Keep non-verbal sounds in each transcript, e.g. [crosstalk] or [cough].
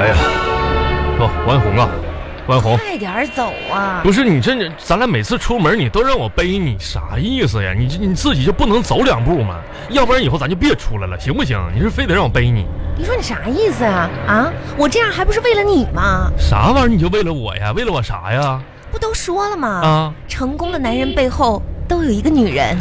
哎啊，万红，快点儿走啊！不是你这你咱俩每次出门你都让我背你，啥意思呀？你这你自己就不能走两步吗？要不然以后咱就别出来了，行不行？你是非得让我背你，你说你啥意思呀、啊？啊，我这样还不是为了你吗？啥玩意儿？你就为了我呀？为了我啥呀？不都说了吗？啊，成功的男人背后都有一个女人，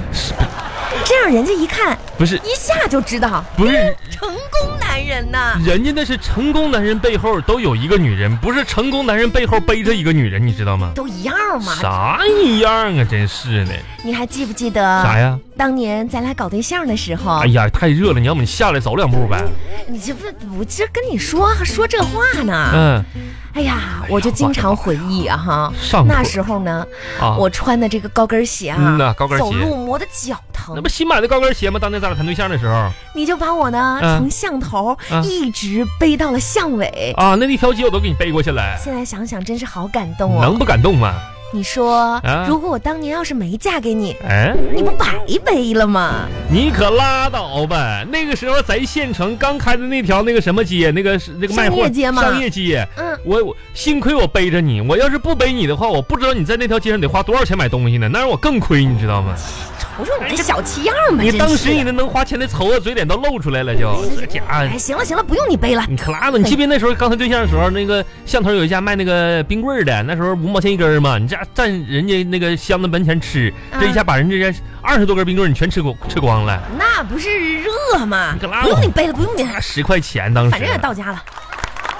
这样人家一看，不是一下就知道不是，成功男人呐。人家那是成功男人背后都有一个女人，不是成功男人背后背着一个女人，你知道吗？都一样嘛。啥一样啊？真是的。你还记不记得啥呀？当年咱俩搞对象的时候，哎呀，太热了，你要不你下来走两步呗？你这不，我这跟你说说这话呢。嗯，哎呀，我就经常回忆啊哈，上那课时候呢，啊，我穿的这个高跟鞋啊，哦嗯呐高跟鞋走路磨的脚疼那。不新买的高跟鞋吗？当年咱俩谈对象的时候你就把我呢、嗯从巷头嗯一直背到了巷尾。啊，那一条街我都给你背过去了，现在想想真是好感动哦。能不感动吗？你说、啊如果我当年要是没嫁给你，哎，你不白背了吗？你可拉倒吧！那个时候咱县城刚开的那条那个什么街，那个是那个卖货商业街吗商业街，嗯，我我幸亏我背着你，我要是不背你的话，我不知道你在那条街上得花多少钱买东西呢，那让我更亏，你知道吗？瞅瞅你这小气样儿吧，你真当是啊时你那能花钱的丑恶嘴脸都露出来了就，这家伙哎，。行了行了，不用你背了。你可拉倒！你记不记得那时候刚才对象的时候，那个巷头有一家卖那个冰棍儿的，那时候五毛钱一根儿嘛，你这占人家那个箱子门前吃，这嗯一下把人家二十多根冰棍儿你全吃光吃光了，那不是热吗？你可拉不用倒你背了，不用你，那十块钱当时。反正也到家了。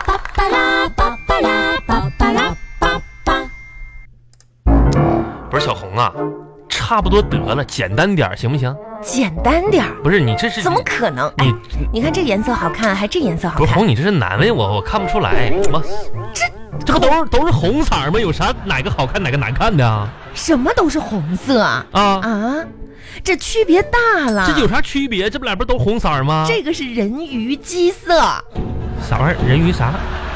巴巴拉巴巴拉巴巴拉巴巴。不是小红啊，差不多得了，简单点儿行不行？简单点儿，不是你这是怎么可能？哎你，你看这颜色好看，还这颜色好不是看，红，你这是难为我，我看不出来。我这这不都是都是红色儿吗？有啥哪个好看哪个难看的啊？什么都是红色啊啊，啊，这区别大了。这有啥区别？这不俩不都红色儿吗？这个是人鱼鸡色，啥玩意儿？人鱼啥？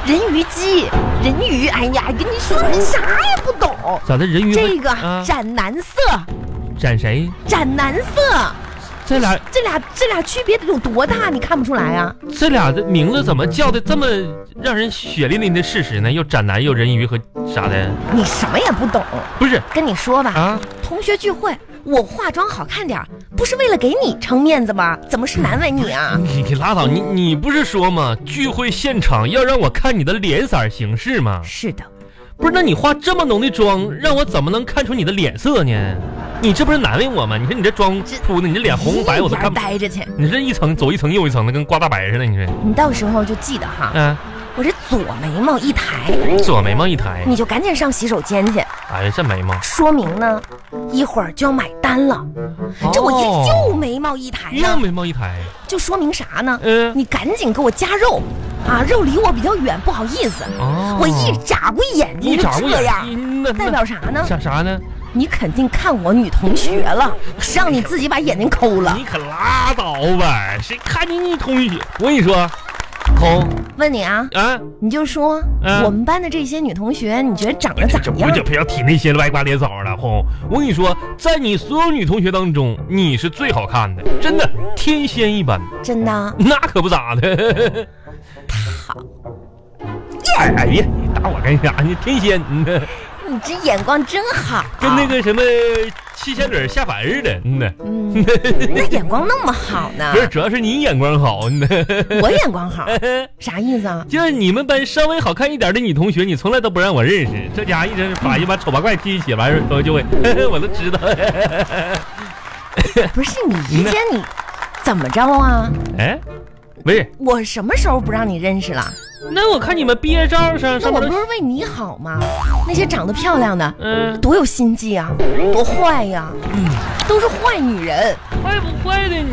人鱼鸡，人鱼。哎呀，跟你说你啥也不懂。咋的？人鱼这个啊斩男色，斩谁？斩男色，这俩这俩这俩区别得有多大？你看不出来啊？这俩的名字怎么叫的这么让人血淋淋的事实呢？又斩男又人鱼和啥的？你什么也不懂。不是跟你说吧，啊？同学聚会，我化妆好看点儿，不是为了给你撑面子吗？怎么是难为你啊？你你拉倒，你你不是说吗？聚会现场要让我看你的脸色儿行事吗？是的，不是，那你化这么浓的妆，让我怎么能看出你的脸色呢？你这不是难为我吗？你说你这妆这铺的，你这脸哎红白我都一边看不。待着去。你这一层走一层又一层的，跟刮大白似的。你这，你到时候就记得哈，嗯、我这左眉毛一抬，左眉毛一抬，你就赶紧上洗手间去，哎呀，这眉毛，说明呢，一会儿就要买单了。这我哦这右眉毛一抬右呢，眉毛一抬，就说明啥呢？嗯、你赶紧给我夹肉，啊，肉离我比较远，不好意思，哦我一眨过眼一睛就眨过这样，眼，那代表啥呢那？啥啥呢？你肯定看我女同学了，让你自己把眼睛抠了。你可拉倒吧，谁看见你同学？我跟你说，红问你啊，啊，你就说、嗯我们班的这些女同学，你觉得长得咋这不样？就不要提那些歪瓜裂枣了，红。我跟你说，在你所有女同学当中，你是最好看的，真的天仙一般，真的，那可不咋 [laughs] 的。好，哎呀，你打我干啥？你天仙，嗯啊呐你这眼光真好，啊跟那，个什么七仙女下凡似的，嗯呐。嗯，你的眼光那么好 [laughs] 呢不，是，主要是你眼光好，嗯嗯呐。我眼 [laughs] 光好，啥意思啊？就是你们班稍微好看一点的女同学，你从来都不让我认识。这家伙一直把一把丑八怪踢一起，完事儿都就会， [laughs] 我都知道。不是你之间你怎么着啊？哎，不是，我什么时候不让你认识了？那我看你们毕业照上那上我面不都，是为你好吗？那些长得漂亮的，嗯、多有心计啊，多坏呀、都是坏女人。坏不坏的？你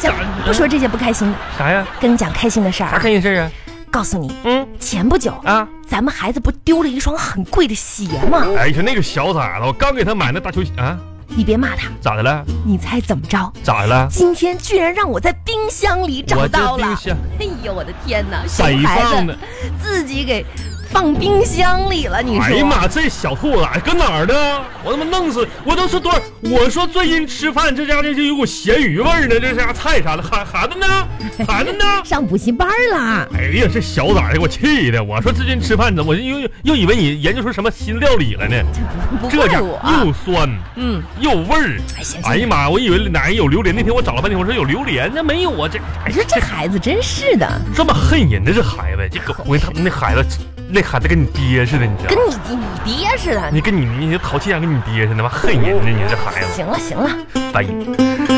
讲不说这些不开心的，啥呀？跟你讲开心的事儿啥啊。开心事儿啊？告诉你，嗯前不久啊，咱们孩子不丢了一双很贵的鞋吗？哎呀，那个小崽子，我刚给他买那大球鞋啊，你别骂他，咋的了？你猜怎么着？咋的了？今天居然让我在冰箱里找到我这冰了！箱哎呦，我的天哪！谁熊孩放子的？自己给放冰箱里了，你哎呀说？妈，这小兔崽子搁哪儿呢？我他妈弄死！我都说多少？我说最近吃饭这家这就有股咸鱼味儿呢，这家菜啥的，孩孩子呢？孩子呢？ [laughs] 上补习班啦？哎呀，这小崽子给我气的！我说最近吃饭怎么，我又又又以为你研究出什么新料理来呢？不这怪家我，啊又酸嗯，又味儿。哎行哎行，呀妈！我以为哪儿有榴莲，那天我找了半天，我说有榴莲，那没有啊！这哎你说这孩子真是的，这么恨人的这孩子，这个我跟他那孩子，那孩子跟你爹似的，你知道跟吗？你你你爹似的。你跟你你这淘气样跟你爹似的，妈恨人呢！你这孩子，行了行了，烦人。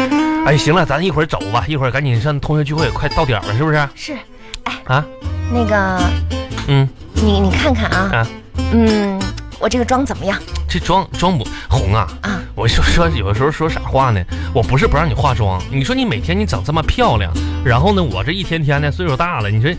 哎，行了，咱一会儿走吧，一会儿赶紧上同学聚会，快到点儿了，是不是？是啊，那个嗯，你你看看啊，啊嗯，我这个妆怎么样 [laughs] 这妆妆不红啊。啊？我就说有的时候说傻话呢，我不是不让你化妆，你说你每天你长这么漂亮，然后呢，我这一天天的岁数大了，你说，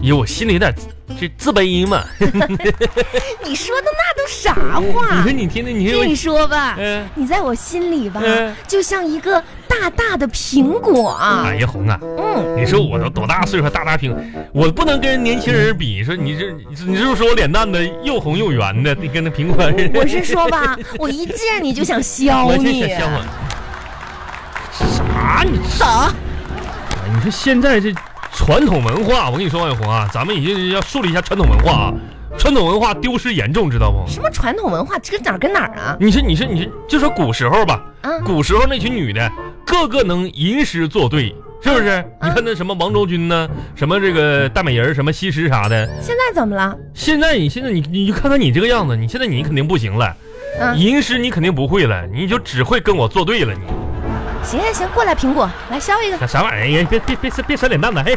有我心里有点这自卑嘛。 [laughs] 你说的那都啥话你？说你天天你说跟你，说吧，嗯、你在我心里吧嗯，就像一个大大的苹果啊哎。呀红啊，嗯，你说我都多大岁数大大平，我不能跟年轻人比，说你这你是不是说我脸蛋子又红又圆的，你跟那苹果似的。我是 [laughs] 说吧，我一见你就想削我这你小。香啊，啥你走，哎你说现在这传统文化，我跟你说，王永红啊，咱们已经要树立一下传统文化啊，传统文化丢失严重，知道不？什么传统文化，这个哪儿跟哪儿啊？你说，你说，你说，就说古时候吧，啊，古时候那群女的，个个能吟诗作对，是不是？你看那什么王昭君呢，什么这个大美人儿，什么西施啥的。现在怎么了？现在你现在你你就看看你这个样子，你现在你肯定不行了，嗯吟诗你肯定不会了，你就只会跟我作对了，你行行行，过来苹果，来削一个。那啥玩意儿？别别别别别扇脸蛋子，嘿。